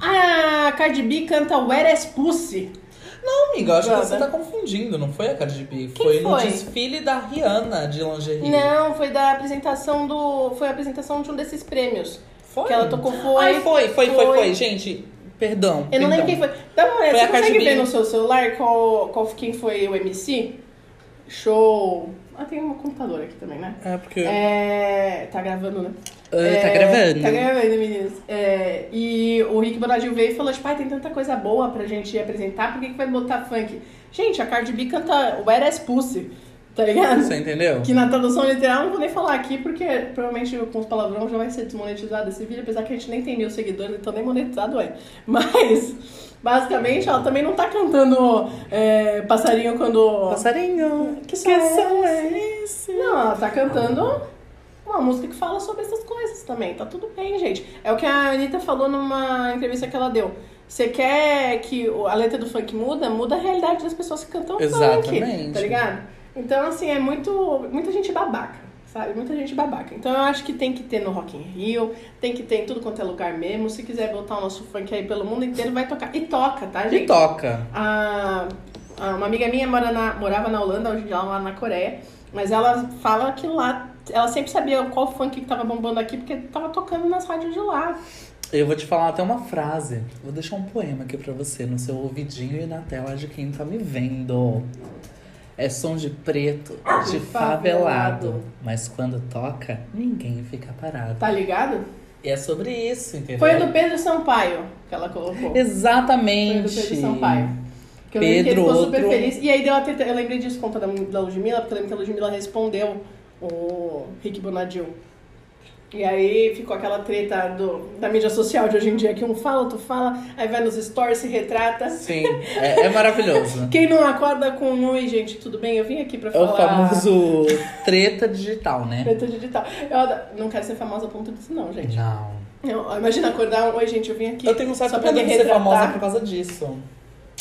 A Cardi B canta Where as Pussy. Não, amiga, eu acho Nada. que você tá confundindo. Não foi a Cardi B. Quem no foi? desfile da Rihanna de lingerie. Não, foi da apresentação do. Foi a apresentação de um desses prêmios. Foi? Que ela tocou foi. Ai, foi, foi, foi, foi. foi, Gente, perdão. Eu não lembro quem perdão. foi. Dá uma olhada, Então, Foi você a Cardi consegue B. ver no seu celular qual, qual, quem foi o MC? Show. Ah, tem um computador aqui também, né? É, porque... É, tá gravando, né? Ah, tá É, gravando. Tá gravando, meninas. É, e o Rick Bonadil veio e falou, tipo, "Ai, tem tanta coisa boa pra gente apresentar, por que, que vai botar funk? Gente, a Cardi B canta Where as Pussy, tá ligado? Você entendeu? Que na tradução literal eu não vou nem falar aqui, porque provavelmente com os palavrões já vai ser desmonetizado esse vídeo, apesar que a gente nem tem mil seguidores, então nem monetizado é. Mas, basicamente, ela também não tá cantando é, passarinho quando. Passarinho, Que som é é esse? Não, ela tá cantando uma música que fala sobre essas coisas também. Tá tudo bem, gente. É o que a Anitta falou numa entrevista que ela deu. Você quer que o- a letra do funk muda? Muda a realidade das pessoas que cantam funk. Exatamente. Tá ligado? Então, assim, é muito. Muita gente babaca. Sabe? Muita gente babaca. Então eu acho que tem que ter no Rock in Rio, tem que ter em tudo quanto é lugar mesmo. Se quiser botar o nosso funk aí pelo mundo inteiro, vai tocar. E toca, tá, E gente? toca. A, ah, uma amiga minha mora na, morava na Holanda, hoje ela mora na Coreia, mas ela fala que lá, ela sempre sabia qual funk que tava bombando aqui, porque tava tocando nas rádios de lá. Eu vou te falar até uma frase. Vou deixar um poema aqui pra você, no seu ouvidinho e na tela de quem tá me vendo. É som de preto, de De favelado. favelado. Mas quando toca, ninguém fica parado. Tá ligado? E é sobre isso, entendeu? Foi o do Pedro Sampaio que ela colocou. Foi o do Exatamente. Pedro Sampaio. Que eu lembro que ele Pedro, ficou super outro- feliz. E aí deu até. Eu lembrei disso conta da, da Ludmilla, porque eu lembro que a Ludmilla respondeu o Rick Bonadil. E aí ficou aquela treta do, da mídia social de hoje em dia, que um fala, outro fala, aí vai nos stories, se retrata. Sim, é, é maravilhoso. Quem não acorda com um oi, gente, tudo bem? Eu vim aqui pra É o falar. famoso treta digital, né? Treta digital. Eu adoro- não quero ser famosa a ponto disso, não, gente. Não. Não, imagina acordar um oi, gente, eu vim aqui. Eu tenho um certo só pra me medo de ser famosa retratar. por causa disso.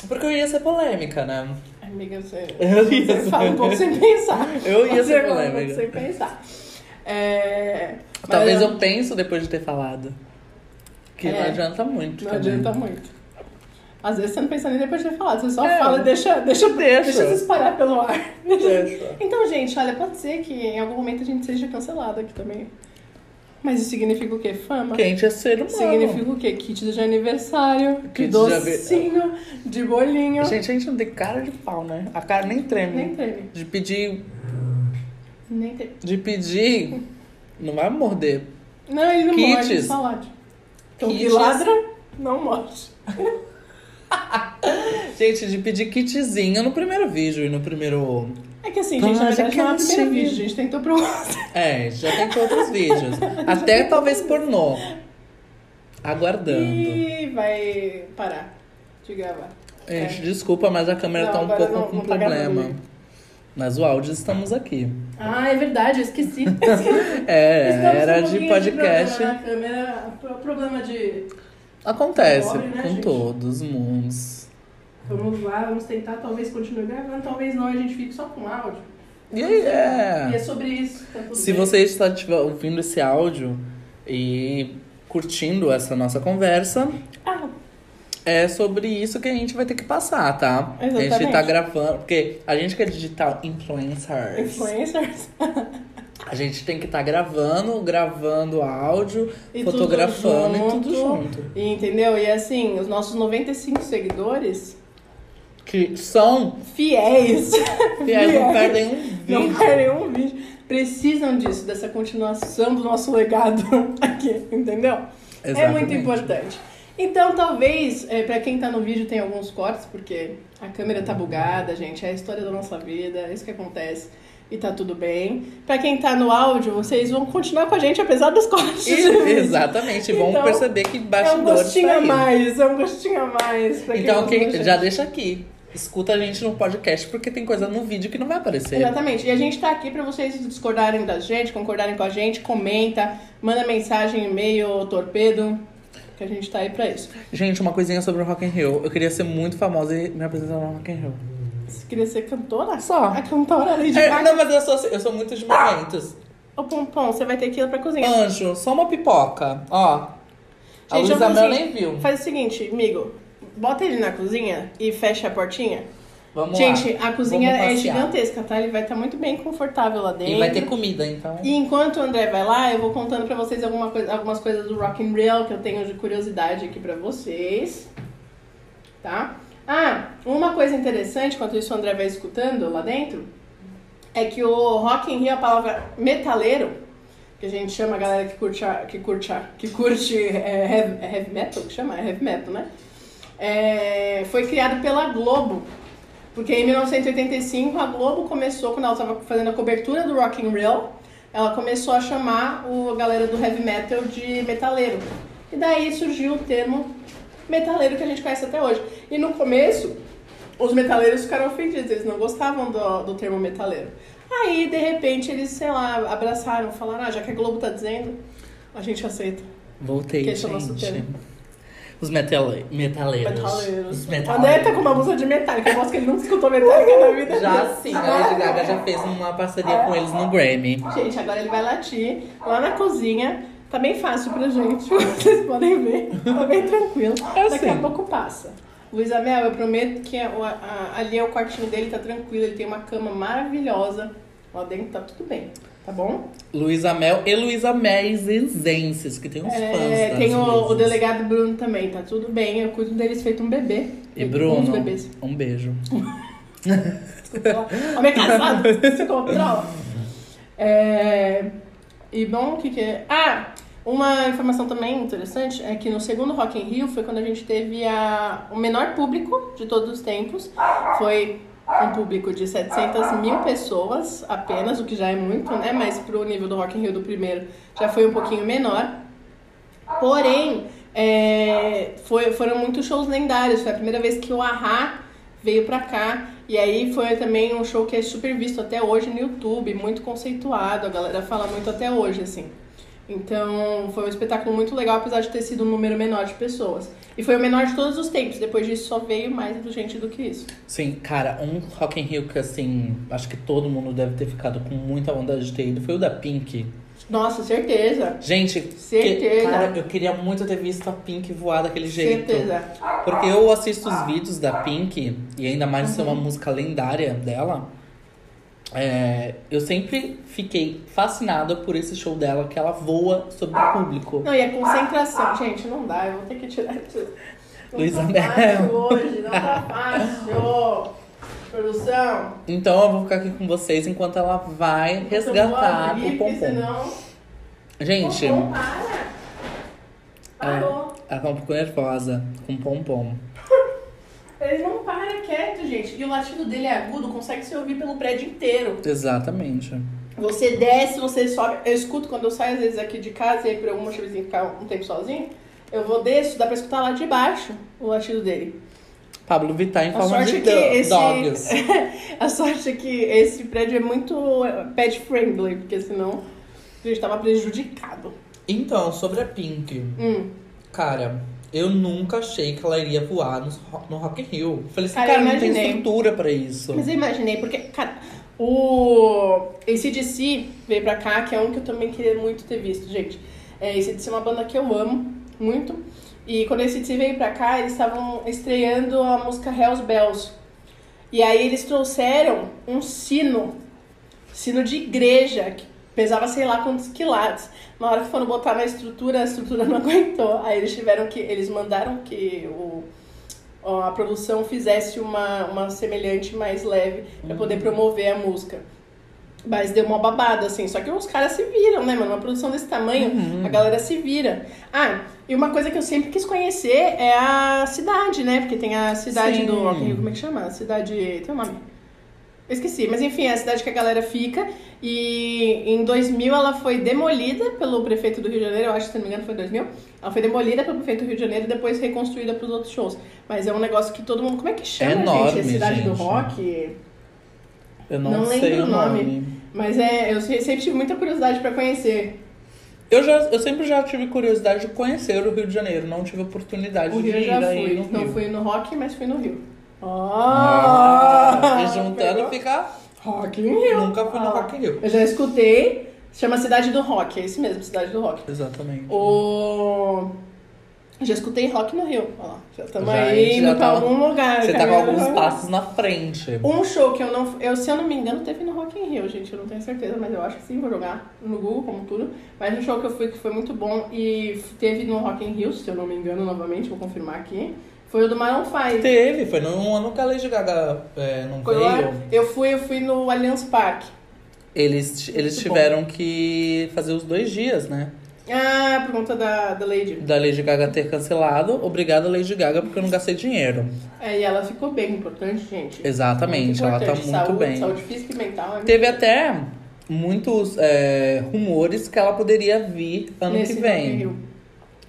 Porque eu ia ser polêmica, né? Amiga, você. Eu ia Você ser- fala um pouco sem pensar. Eu ia Você ser fala um pouco polêmica. sem pensar. É, mas Talvez eu penso depois de ter falado. Que não É. adianta muito. Não também. adianta muito. Às vezes você não pensa nem depois de ter falado, você só É. fala e deixa, deixa, Deixa. deixa se espalhar pelo ar. Deixa. Então, gente, olha, pode ser que em algum momento a gente seja cancelado aqui também. Mas isso significa o quê? Fama? Porque a gente é ser humano. Significa o quê? Kit de aniversário, Kit de de docinho, de bolinho. Gente, a gente não tem cara de pau, né? A cara nem treme. Nem teve. De pedir. Nem teve. De pedir. Não vai morder. Não, ele não Kits. morde, só late. Então, que Kits. ladra, não morde. Gente, de pedir kitzinho no primeiro vídeo e no primeiro. É que assim, gente, na Mas é verdade que não é o eu não primeiro sei. vídeo, gente tentou pro outro. É, já tem outros vídeos. Até talvez pornô. Aguardando. E vai parar de gravar. Gente, É, desculpa, mas a É. câmera Não, tá um agora pouco não- com não tá problema. gravando. mas o áudio estamos aqui. Ah, é verdade, eu esqueci. Estamos né? É, era com um de pouquinho podcast. problema na câmera, pro- problema de. Acontece Pobre, né, com gente? todos os mundos. Vamos lá, vamos tentar, talvez continue gravando, talvez não, a gente fique só com áudio. E E é é. sobre isso. Tá tudo Se bem. você está estiver ouvindo esse áudio e curtindo essa nossa conversa, Ah, é sobre isso que a gente vai ter que passar, tá? A gente Exatamente. tá gravando, porque a gente que é digital influencer, influencers. a gente tem que estar gravando, gravando áudio, E tudo fotografando e tudo junto. junto. E, entendeu? E assim, os nossos 95 seguidores Que são fiéis. e aí não perdem um vídeo. Não perdem um vídeo. Precisam disso, dessa continuação do nosso legado aqui, entendeu? É muito Exatamente. importante. Então, talvez, é, para quem tá no vídeo, tem alguns cortes, porque a câmera tá bugada, gente. É a história da nossa vida, é isso que acontece. E tá tudo bem. Pra quem tá no áudio, vocês vão continuar com a gente, apesar dos cortes. E- Exatamente, vão Então, perceber que É um bastidores gostinho a saíram. mais, é um gostinho a mais. Pra Então, quem quem- gosta. já deixa aqui. Escuta a gente no podcast, porque tem coisa no vídeo que não vai aparecer. Exatamente. E a gente tá aqui pra vocês discordarem da gente, concordarem com a gente, comenta, manda mensagem, e-mail, torpedo, que a gente tá aí pra isso. Gente, uma coisinha sobre o Rock in Rio. Eu queria ser muito famosa e me apresentar no Rock in Rio. Você queria ser cantora? um Só. A cantora Lady É, Gaga. não, mas eu sou, assim, eu sou muito de momentos. Ô, Pompom, você vai ter que ir pra cozinha. Anjo, só uma pipoca. Ó, a Gente, eu Luísa vou Mel assim, nem viu. Faz o seguinte, amigo. Bota ele na cozinha e fecha a portinha. Vamos Gente, lá. a cozinha Vamos é passear. gigantesca, tá? Ele vai estar muito bem confortável lá dentro. E vai ter comida, então. E enquanto o André vai lá, eu vou contando pra vocês alguma coisa- algumas coisas do Rock in Rio que eu tenho de curiosidade aqui pra vocês. Tá? Ah, uma coisa interessante, enquanto isso o André vai escutando lá dentro, é que o Rock in Rio, a palavra metaleiro, que a gente chama a galera que curte, a- que curte, a- que curte é, heavy, é heavy metal, que chama? É heavy metal, né? É, foi criado pela Globo. Porque em 1985 a Globo começou, quando ela estava fazendo a cobertura do Rock in Rio, ela começou a chamar o a galera do heavy metal de metaleiro. E daí surgiu o termo metaleiro que a gente conhece até hoje. E no começo, os metaleiros ficaram ofendidos, eles não gostavam do, do termo metaleiro. Aí, de repente, eles, sei lá, abraçaram, falaram, ah, já que a Globo tá dizendo, a gente aceita. Voltei, Esse é o nosso gente. tema. Os metale... metaleiros. Metaleiros. O Os André metaleiros. tá com uma blusa de metálica, eu aposto que ele nunca escutou metálica na vida Ah. Já dele. sim, a Lady Gaga já fez uma parceria com eles no Grammy. Gente, agora ele vai latir lá na cozinha. Tá bem fácil pra gente, vocês podem ver. Tá bem tranquilo. É Daqui a assim. pouco passa. Luísa Mel, eu prometo que a- a- ali é o quartinho dele, tá tranquilo, ele tem uma cama maravilhosa. Lá dentro tá tudo bem, tá bom? Luísa Mel e Luísa Mezenses, que tem uns É, fãs. das tem o, o Luísas. delegado Bruno também, tá tudo bem. Eu cuido deles feito um bebê. E Uns Bruno, bebês. um beijo. Homem casado, se controla. É, e bom, o que que é? Ah, uma informação também interessante é que no segundo Rock in Rio foi quando a gente teve a, o menor público de todos os tempos. Foi um público de 700 mil pessoas apenas, o que já é muito, né? Mas pro nível do Rock in Rio do primeiro já foi um pouquinho menor. Porém, é, foi- foram muitos shows lendários. Foi a primeira vez que o Ahá veio pra cá. E aí foi também um show que é super visto até hoje no YouTube, muito conceituado. A galera fala muito até hoje, assim. Então foi um espetáculo muito legal, apesar de ter sido um número menor de pessoas. E foi o menor de todos os tempos. Depois disso só veio mais gente do que isso. Sim, cara, um Rock in Rio que, assim, acho que todo mundo deve ter ficado com muita vontade de ter ido foi o da Pink. Nossa, certeza. Gente, que- Certeza. cara, eu queria muito ter visto a Pink voar daquele jeito. Certeza. Porque eu assisto Ah. os vídeos da Pink, e ainda mais ser Uhum. uma música lendária dela. é, eu sempre fiquei fascinada por esse show dela, que ela voa sobre o público. Não, e a concentração, gente, não dá, eu vou ter que tirar isso. Não Luísa tá Mel. fácil hoje, não tá fácil. Produção. Então eu vou ficar aqui com vocês enquanto ela vai resgatar eu o vou abrir, porque pompom. Senão... Gente, Pompom, para. Parou. ela tá um pouco nervosa com pompom. Ele não para quieto, gente. E o latido dele é agudo, consegue se ouvir pelo prédio inteiro. Exatamente. Você desce, você sobe. Eu escuto quando eu saio, às vezes, aqui de casa e aí por algum motivo eu tenho que ficar um tempo sozinho. Eu vou desço, dá pra escutar lá de baixo o latido dele. Pablo Vittar em A forma sorte, de assim. é que esse, dogs. a sorte é que esse prédio é muito é, pet friendly, porque senão a gente tava prejudicado. Então, sobre a Pink. Hum. Cara, eu nunca achei que ela iria voar no, no Rock in Rio. Falei assim, Cara, cara, eu não tem imaginei. estrutura pra isso. Mas eu imaginei, porque, cara, o ACDC veio pra cá, que é um que eu também queria muito ter visto, gente. É, ACDC é uma banda que eu amo muito. E quando a ACDC veio pra cá, eles estavam estreando a música Hells Bells. E aí eles trouxeram um sino, sino de igreja, que pesava sei lá quantos quilates. Na hora que foram botar na estrutura, a estrutura não aguentou. Aí eles tiveram que, eles mandaram que o ó, a produção fizesse uma, uma semelhante mais leve pra poder promover a música. Mas deu uma babada, assim. Só que os caras se viram, né, mano? Uma produção desse tamanho, a galera se vira. Ah, e uma coisa que eu sempre quis conhecer é a cidade, né? Porque tem a cidade Sim. do. Como é que chama? A cidade. Tem um nome. Eu esqueci, mas enfim, é a cidade que a galera fica. E em 2000 ela foi demolida pelo prefeito do Rio de Janeiro, eu acho que se não me engano foi 2000. Ela foi demolida pelo prefeito do Rio de Janeiro e depois reconstruída para os outros shows. Mas é um negócio que todo mundo. Como é que chama, É enorme, gente? É cidade do gente. rock? Eu não, Não sei lembro o o nome. nome. Mas é, eu se- sempre tive muita curiosidade para conhecer. Eu, já, eu sempre já tive curiosidade de conhecer o Rio de Janeiro. Não tive oportunidade O de Rio eu ir já aí fui. no Não Rio. fui no rock, mas fui no Rio. Ah, Ah! e juntando fica... Rock in Rio. Nunca fui no Ah. Rock in Rio. Eu já escutei. Chama Cidade do Rock, é isso mesmo, Cidade do Rock. Exatamente. O... Já escutei rock no Rio. Ó, lá, já estamos Já, aí gente, já indo pra tá- algum lugar. Você tá com caminhando alguns pra- passos na frente. Um show que eu não. Eu, se eu não me engano, teve no Rock in Rio, gente. Eu não tenho certeza, mas eu acho que sim, vou jogar no Google, como tudo. Mas um show que eu fui que foi muito bom e f- teve no Rock in Rio, se eu não me engano, novamente, vou confirmar aqui. Foi o do Maroon 5. Teve, foi num ano que a Lady Gaga é, não Foi lá, veio. eu fui, eu fui no Allianz Parque. Eles, eles Muito bom. tiveram que fazer os dois dias, né? Ah, por conta da, da Lady. Da Lady Gaga ter cancelado. Obrigada, Lady Gaga, porque eu não gastei dinheiro. É, e ela ficou bem importante, gente. Exatamente, ela tá importante. muito saúde, bem. Saúde física e mental. é Teve até muitos é, rumores que ela poderia vir ano nesse que Rock in vem. Rio.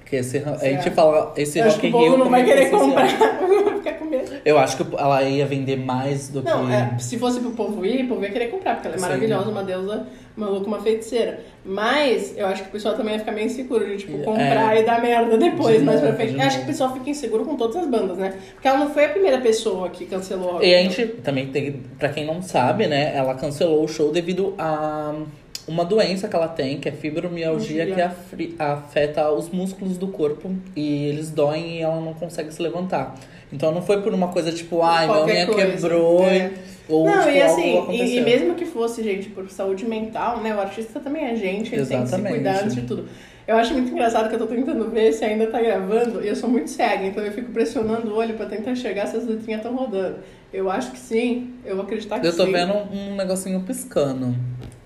Que esse, a Será? gente fala, esse Eu acho Rock que in o povo Rio não vai também querer foi comprar, social. vai ficar com medo. Eu acho que ela ia vender mais do Não, que. é, se fosse pro povo ir, o povo ia querer comprar, porque ela é Sim. maravilhosa, uma deusa maluca, uma feiticeira. Mas eu acho que o pessoal também ia ficar meio inseguro de, tipo, É. comprar e dar merda depois, De mais pra novo, frente. de Eu acho novo. que o pessoal fica inseguro com todas as bandas, né? Porque ela não foi a primeira pessoa que cancelou E a gente também tem, pra quem não sabe, né? Ela cancelou o show devido a uma doença que ela tem, que é fibromialgia, Mialgia. que afri- afeta os músculos do corpo e eles doem e ela não consegue se levantar. Então não foi por uma coisa tipo, ai, minha Qualquer unha coisa. quebrou É. ou não, tipo, e assim, algo e- e, aconteceu. mesmo que fosse, gente, por saúde mental, né? O artista também é gente, ele tem que se Exatamente. cuidar antes de tudo. Eu acho muito engraçado que eu tô tentando ver se ainda tá gravando, e eu sou muito cega, então eu fico pressionando o olho pra tentar chegar se as letrinhas estão rodando. Eu acho que sim, eu vou acreditar que Eu tô sim. vendo um negocinho piscando,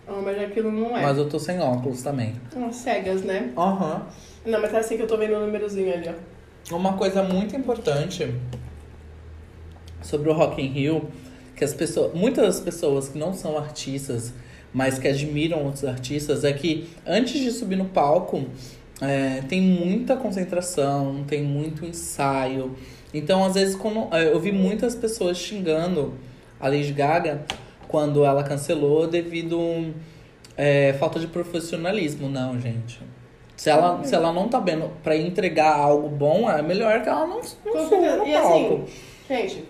Ah, mas aquilo não é. mas eu tô sem óculos também. São cegas, né? Aham. Não, mas tá assim que eu tô vendo o númerozinho ali, ó. Uma coisa muito importante sobre o Rock in Rio, que as pessoas, muitas pessoas que não são artistas, mas que admiram outros artistas, é que antes de subir no palco, é, tem muita concentração, tem muito ensaio. Então, às vezes, quando, é, eu vi muitas pessoas xingando a Lady Gaga quando ela cancelou devido um, é, falta de profissionalismo. Não, gente. Se ela, se ela não tá vendo pra entregar algo bom, é melhor que ela não, não Com suba certeza. no E palco. assim, gente,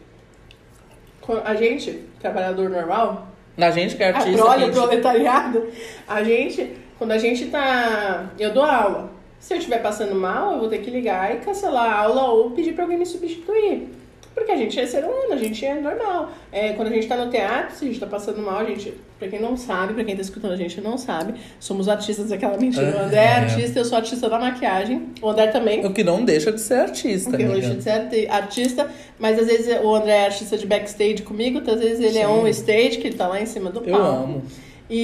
co- a gente, trabalhador normal, Na gente que é a artista, a prole, o gente- proletariado, a gente, quando a gente tá. Eu dou aula. Se eu estiver passando mal, eu vou ter que ligar e cancelar a aula ou pedir pra alguém me substituir. Porque a gente é ser humano, a gente é normal. É, quando a gente tá no teatro, se a gente tá passando mal, a gente, pra quem não sabe, pra quem tá escutando a gente não sabe, somos artistas daquela mentira. O André é É. artista, eu sou artista da maquiagem. O André também. O que não deixa de ser artista, Porque hoje amiga. você é te- artista, mas às vezes o André é artista de backstage comigo, outras vezes ele é Sim. on stage, que ele tá lá em cima do palco. Eu amo.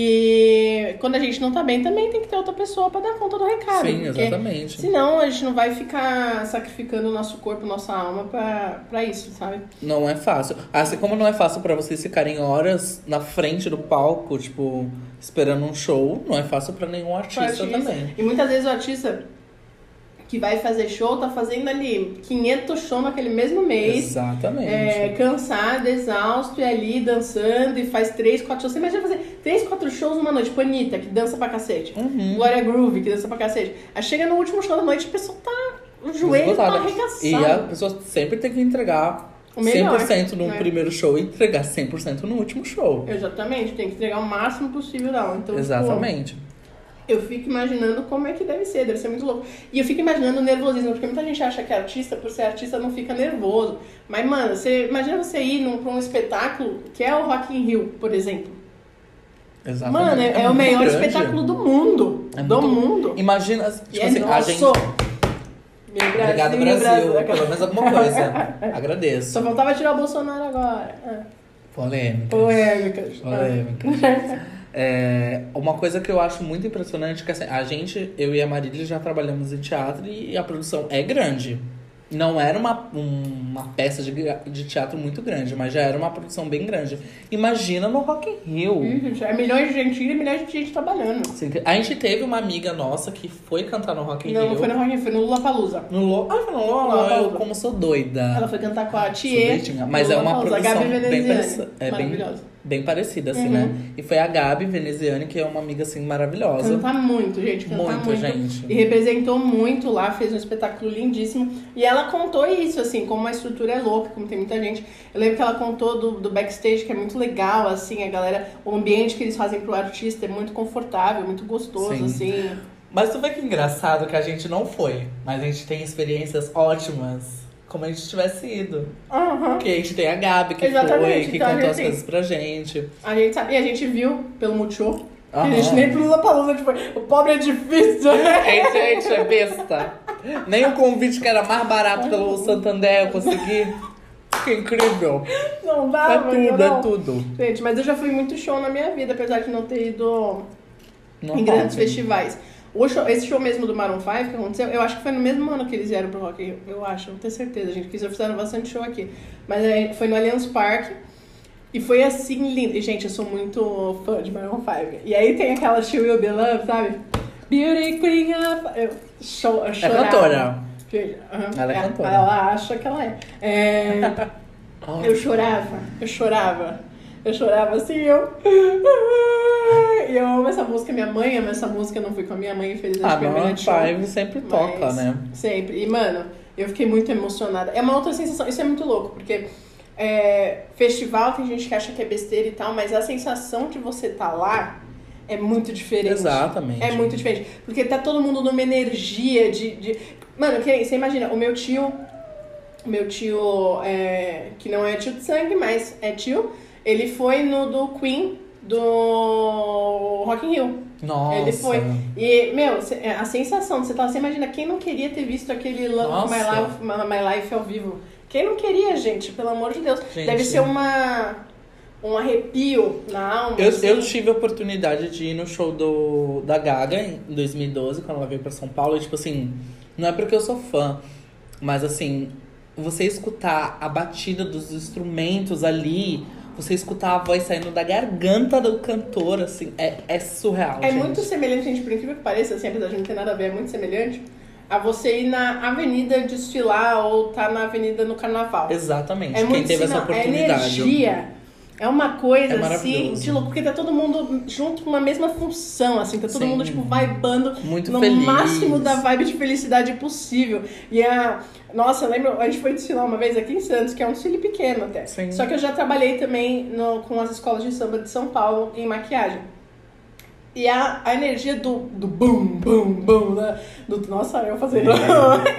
E quando a gente não tá bem, também tem que ter outra pessoa pra dar conta do recado. Sim, porque exatamente. Senão a gente não vai ficar sacrificando o nosso corpo, nossa alma pra, pra isso, sabe? Não é fácil. Assim como não é fácil pra vocês ficarem horas na frente do palco, tipo, esperando um show, não é fácil pra nenhum artista, Pra artista. também. E muitas vezes o artista que vai fazer show tá fazendo ali 500 shows naquele mesmo mês. Exatamente. É, cansado, exausto, e ali dançando, e faz três, quatro shows. Você imagina fazer três, quatro shows numa noite. Panita, que dança pra cacete. Uhum. Glória Groove, que dança pra cacete. Aí chega no último show da noite, a pessoa tá. O joelho Esgotada. tá arregaçado. E a pessoa sempre tem que entregar O melhor, 100% no né? primeiro show e entregar 100% no último show. Exatamente, tem que entregar o máximo possível da aula. Então, Exatamente. pô, eu fico imaginando como é que deve ser, deve ser muito louco. E eu fico imaginando o nervosismo, porque muita gente acha que artista, por ser artista, não fica nervoso. Mas, mano, você imagina você ir num, pra um espetáculo que é o Rock in Rio, por exemplo. Exatamente. Mano, é, é o Ah, muito melhor grande. espetáculo do mundo. É do muito- mundo. Imagina, tipo E é assim, a nosso. gente... Meu Brasil, Obrigado, meu Brasil. Brasil. Pelo menos alguma coisa. Agradeço. Só faltava tirar o Bolsonaro agora. Ah, Polêmica. Polêmicas. Polêmica. É, uma coisa que eu acho muito impressionante é que assim, a gente, eu e a Marília já trabalhamos em teatro e a produção é grande. Não era uma, um- uma peça de, gra- de teatro muito grande, mas já era uma produção bem grande. Imagina no Rock in Rio. Ah. Ih, gente, É milhões de gente indo e milhões de gente trabalhando. Assim, A gente teve uma amiga nossa que foi cantar no Rock in Não, Rio. não foi no Rock in Rio, foi no Lollapalooza. No Lo... Ah, foi no Lola. Lollapalooza. Eu como sou doida. Ela foi cantar com a Tia. Subitinha. Mas é uma produção Gabi bem, Veneziane. pareci- é bem, Maravilhosa. bem parecida, assim, Uhum. né? E foi a Gabi Veneziane, que é uma amiga, assim, maravilhosa. Canta muito, gente. Canta Muito, muito, gente. E representou muito lá, fez um espetáculo lindíssimo. E ela contou isso, assim, como a estrutura é louca, como tem muita gente. Eu lembro que ela contou do, do backstage, que é muito legal, assim, a galera, o ambiente que eles fazem pro artista é muito confortável, muito gostoso, Sim. assim. Mas tu vê que engraçado que a gente não foi. Mas a gente tem experiências ótimas. Como a gente tivesse ido. Aham. Porque a gente tem a Gabi, que Exatamente, foi, que então a contou as gente- coisas pra gente. A gente sabe, e a gente viu pelo Multishow. que A Aham. gente nem pro Lula Palusa, tipo, o pobre é difícil, né? Ei, gente, é besta. Nem o convite que era mais barato pelo Santander eu consegui. Que incrível. Não dá, É mano, tudo, Ah, não. é tudo. Gente, mas eu já fui muito show na minha vida, apesar de não ter ido Não em grandes rola. festivais. O show- esse show mesmo do Maroon 5 que aconteceu, eu acho que foi no mesmo ano que eles vieram pro Rock in Rio, eu acho, não tenho certeza, gente, que eles já fizeram bastante show aqui. Mas é, foi no Allianz Parque e foi assim lindo. E, gente, eu sou muito fã de Maroon 5. E aí tem aquela She Will Be Loved, sabe? Beauty Queen of... Eu, show, eu É chorava. cantora. Gente, aham. Ela é cantora. Ela acha que ela é. É... Eu chorava, eu chorava. Eu chorava assim, eu. E eu amo essa música, minha mãe ama essa música, eu não fui com a minha mãe, infelizmente, Ah, foi a minha Maroon show. 5 sempre Mas toca, né? Sempre. E, mano, eu fiquei muito emocionada. É uma outra sensação, isso é muito louco, porque é, festival tem gente que acha que é besteira e tal, mas a sensação de você tá lá é muito diferente. Exatamente. É muito diferente. Porque tá todo mundo numa energia de. de... Mano, que nem- você imagina, o meu tio. o Meu tio, é, que não é tio de sangue, mas é tio, ele foi no do Queen do Rock in Rio. Nossa. Ele foi. E, meu, cê- é, a sensação de você tá, você imagina, quem não queria ter visto aquele Love Nossa. My Life, My Life ao vivo? Quem não queria, gente? Pelo amor de Deus. Gente. Deve ser uma, um arrepio na alma. Eu, assim. eu tive a oportunidade de ir no show do, da Gaga em 2012, quando ela veio pra São Paulo. E, tipo assim, não é porque eu sou fã, mas assim, você escutar a batida dos instrumentos ali, você escutar a voz saindo da garganta do cantor, assim, é, é surreal. É gente. muito semelhante, gente, por incrível que pareça, assim, apesar de não ter nada a ver, é muito semelhante a você ir na avenida desfilar ou tá na avenida no carnaval. Exatamente. É Quem muito teve essa sinal, É oportunidade. energia. É uma coisa É assim, maravilhoso. de louco, porque tá todo mundo junto com uma mesma função, assim, tá todo Sim. mundo, tipo, vibando Muito no feliz. máximo da vibe de felicidade possível. E a. Nossa, eu lembro, a gente foi desfilar uma vez aqui em Santos, que é um desfile pequeno até. Sim. Só que eu já trabalhei também no- com as escolas de samba de São Paulo em maquiagem. E a, a energia do, do bum, bum, bum, né? do, nossa, eu fazendo.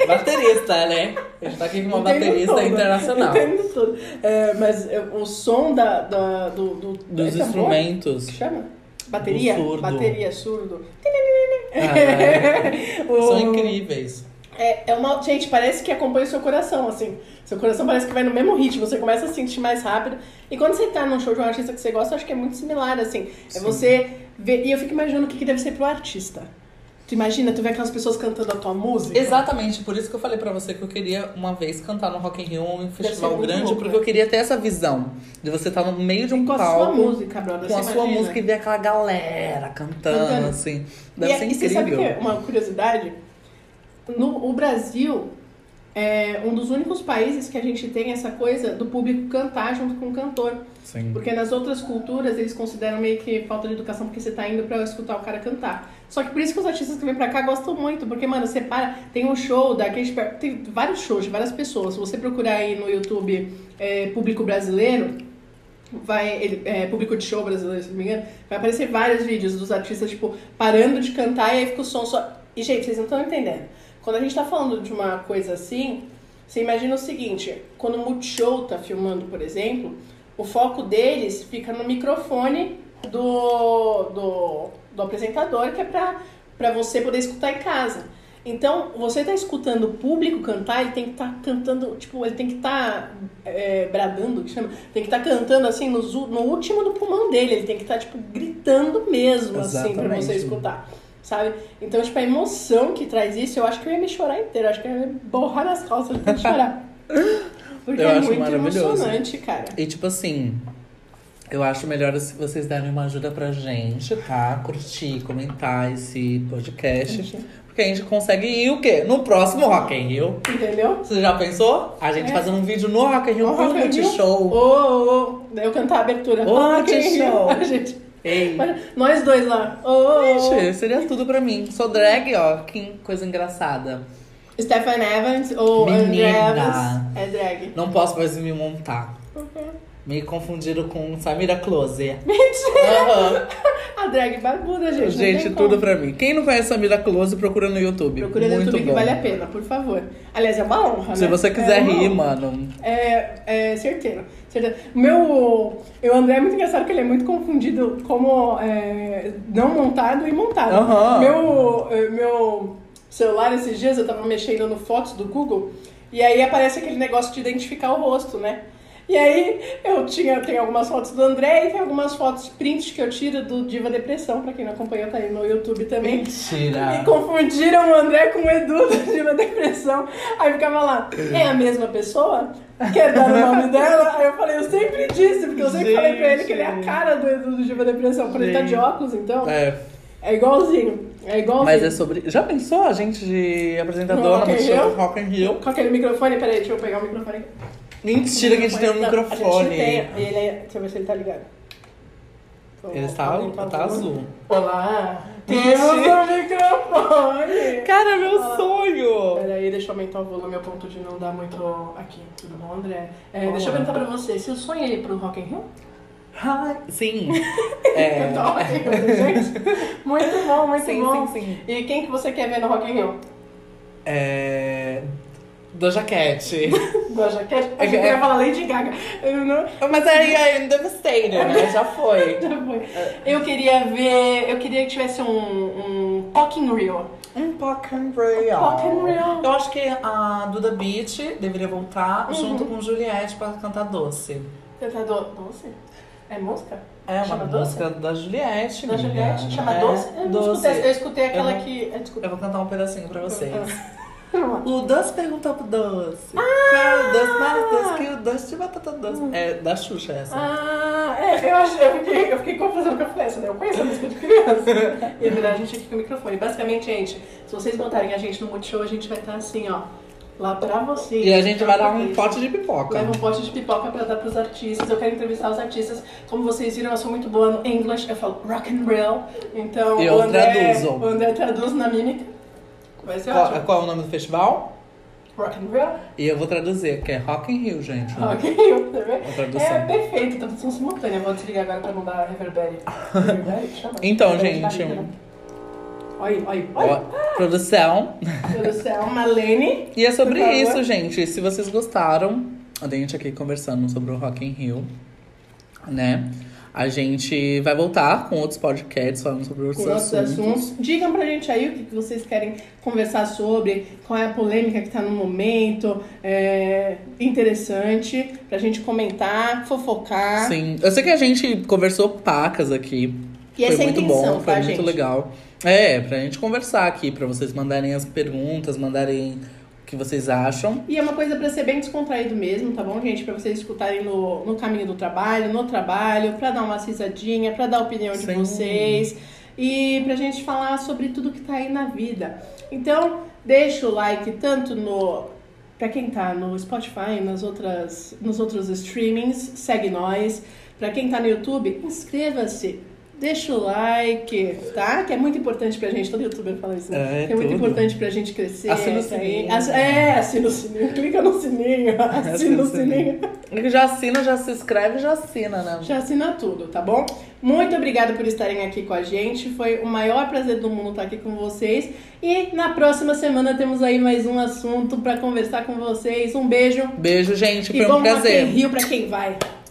Baterista, né? A gente tá aqui com É, uma Entendo baterista tudo. internacional. Entendo tudo. É, mas é, o som da, da- do, do- é Dos tambor? instrumentos. Que chama? Bateria? Do surdo. Bateria, surdo. Ah, O- São incríveis. É, é uma. Gente, parece que acompanha o seu coração, assim. Seu coração parece que vai no mesmo ritmo, você começa a sentir mais rápido. E quando você tá num show de um artista que você gosta, eu acho que é muito similar, assim. É Sim. você ver. E eu fico imaginando o que, que deve ser pro artista. Tu imagina, tu vê aquelas pessoas cantando a tua música. Exatamente, por isso que eu falei pra você que eu queria uma vez cantar no Rock in Rio, um ser festival muito grande, louco, porque né? eu queria ter essa visão de você estar no meio de um Com a sua palco música, brother. com a você sua imagina? música e ver aquela galera cantando, Cantando. assim. E, Deve é- ser e você sabe incrível. que é uma curiosidade? No, o Brasil é um dos únicos países que a gente tem essa coisa do público cantar junto com o cantor. Sim. Porque nas outras culturas eles consideram meio que falta de educação porque você tá indo pra escutar o cara cantar. Só que por isso que os artistas que vêm pra cá gostam muito, porque, mano, você para, tem um show da Katy Perry, tem vários shows de várias pessoas. Se você procurar aí no YouTube é, público brasileiro, vai ele, é, público de show brasileiro, se não me engano, vai aparecer vários vídeos dos artistas, tipo, parando de cantar e aí fica o som só. E, gente, vocês não estão entendendo. Quando a gente tá falando de uma coisa assim, você imagina o seguinte, quando o Multishow tá filmando, por exemplo, o foco deles fica no microfone do, do, do apresentador, que é pra, pra você poder escutar em casa. Então, você tá escutando o público cantar, ele tem que estar cantando, tipo, ele tem que estar bradando, que chama, tem que estar cantando assim no, zu- no último do pulmão dele, ele tem que estar, tipo, gritando mesmo, assim, pra Exatamente. você escutar. Sabe? Então, tipo, a emoção que traz isso, eu acho que eu ia me chorar inteiro, eu acho que eu ia me borrar nas calças de tanto chorar. Porque Eu é acho muito maravilhoso. emocionante, cara. E tipo assim, eu acho melhor se vocês derem uma ajuda pra gente, tá? Curtir, comentar esse podcast. Porque a gente consegue ir o quê? No próximo Rock in Rio. Entendeu? Você já pensou? A gente É. fazer um vídeo no Rock in Rio, No com Rock in Rio. Ô, multishow. ô, ô. Daí eu cantar a abertura. Oh. Ô, Ah, que quem riu? show. A gente. Ei. Nós dois lá. Ô, ô, ô. Gente, seria tudo pra mim. Sou drag, ó. Que coisa engraçada. Stefan Evans ou André Menina. Evans. É drag. Não posso mais me montar. Me confundiram com Samira Close. Mentira. Aham. A drag barbuda, gente. não Gente, tem tudo como. pra mim. Quem não conhece Samira Close, procura no YouTube. Procura no Muito YouTube bom. que vale a pena, por favor. Aliás, é uma honra, Se né? você quiser É uma rir, honra. mano. É, é certeiro. certeiro. Meu. O André é muito engraçado que ele é muito confundido como é, não montado e montado. Aham. Meu, é, meu celular, esses dias, eu tava mexendo no fotos do Google e aí aparece aquele negócio de identificar o rosto, né? E aí eu tinha tem algumas fotos do André e tem algumas fotos prints que eu tiro do Diva Depressão, pra quem não acompanha, tá aí no YouTube também. E Mentira. confundiram o André com o Edu do Diva Depressão. Aí ficava lá, é a mesma pessoa? Quer dar o nome dela? Aí eu falei, eu sempre disse, porque eu sempre falei pra ele que ele é a Gente. cara do Edu do Diva Depressão. Eu falei, tá de Gente. óculos então? É, É, igualzinho. É igualzinho. mas é sobre. Já pensou a gente de No apresentadora Rock no in show Rio? do Rock in Rio? Com aquele microfone, peraí, deixa eu pegar o microfone aqui. Mentira que a gente tem um Não, microfone. A gente tem, ele é, deixa eu ver se ele tá ligado. Ele está, tá azul. Olá, temos um microfone. Cara, meu Olá. sonho! Peraí, deixa eu aumentar o volume a ponto de não dar muito aqui. Tudo bom, André? É, Olá. então. deixa eu perguntar pra você, seu sonho é ir pro Rock in Rio? Hi. Sim. É. Então, gente, muito bom, muito Sim, bom. sim, sim. E quem que você quer ver no Rock in Rio? É. Doja Cat. Doja Cat? A gente É- ia falar Lady Gaga. Eu não... Mas aí é Devastator, né? Já foi. É. Eu queria ver... Eu queria que tivesse um, um Rock in Rio. Um Pock and Real. Rock in Rio. Eu acho que a Duda Beat deveria voltar Uhum. junto com Juliette pra cantar Doce. Tentador tá doce? É música? É uma Chama Doce? música da Juliette. Da menina. Juliette? Chama É, doce? Eu, não doce. Escutei, eu escutei aquela Eu não- que... É, desculpa. Ah! Eu vou cantar um pedacinho pra vocês. Vamos lá. O Doce perguntou pro Doce. Qual é o doce mais doce que o doce de batata doce? É da Xuxa essa. Ah, é, eu, achei, eu, fiquei, eu fiquei confusa porque eu falei, essa daí é eu conheço a música de criança. e virar a gente aqui com o microfone. Basicamente, gente, se vocês botarem a gente no Multishow, a gente vai estar assim, ó, lá pra vocês. E a gente vai dar um Vocês. pote de pipoca. Leva um pote de pipoca pra dar pros artistas. Eu quero entrevistar os artistas. Como vocês viram, eu sou muito boa no English. Eu falo rock and roll. Então, Eu o André, traduzo. o André traduz na mímica. Vai ser Qual, ótimo. qual é o nome do festival? Rock and roll. E eu vou traduzir, que é Rock in Rio, gente. Rock and roll, tá vendo? Uma tradução. É perfeito, tradução simultânea. Vou desligar agora pra não dar reverbere. Reverbere? que Chama? Então, Reverbere gente. tá ligado. Oi, oi, Ó, oi. produção. Meu Deus do céu, Malene. E é sobre Por favor. isso, gente. Se vocês gostaram, a gente aqui conversando sobre o Rock in Rio, né? A gente vai voltar com outros podcasts falando sobre Com outros outros assuntos. assuntos. Digam pra gente aí o que que vocês querem conversar sobre, qual é a polêmica que tá no momento. É interessante pra gente comentar, fofocar. Sim. Eu sei que a gente conversou pacas aqui. E essa foi é a muito intenção, bom, tá, foi muito gente? legal. É, pra gente conversar aqui, pra vocês mandarem as perguntas, mandarem o que vocês acham. E é uma coisa pra ser bem descontraído mesmo, tá bom, gente? Pra vocês escutarem no, no caminho do trabalho, no trabalho, pra dar uma risadinha, pra dar a opinião de Sim. vocês. E pra gente falar sobre tudo que tá aí na vida. Então, deixa o like tanto no. Pra quem tá no Spotify, nas outras, nos outros streamings, segue nós. Pra quem tá no YouTube, inscreva-se. Deixa o like, tá? Que é muito importante pra gente. Todo youtuber fala isso, né? É, que é muito tudo. importante pra gente crescer. Assina o tá aí. sininho. As- é, assina o sininho, clica no sininho, assina o sininho. Já assina, já se inscreve, já assina, né? Já assina tudo, tá bom? Muito obrigada por estarem aqui com a gente. Foi o maior prazer do mundo estar aqui com vocês. E na próxima semana temos aí mais um assunto pra conversar com vocês. Um beijo. Beijo, gente. e Foi um vamos lá, prazer. Rio pra quem vai.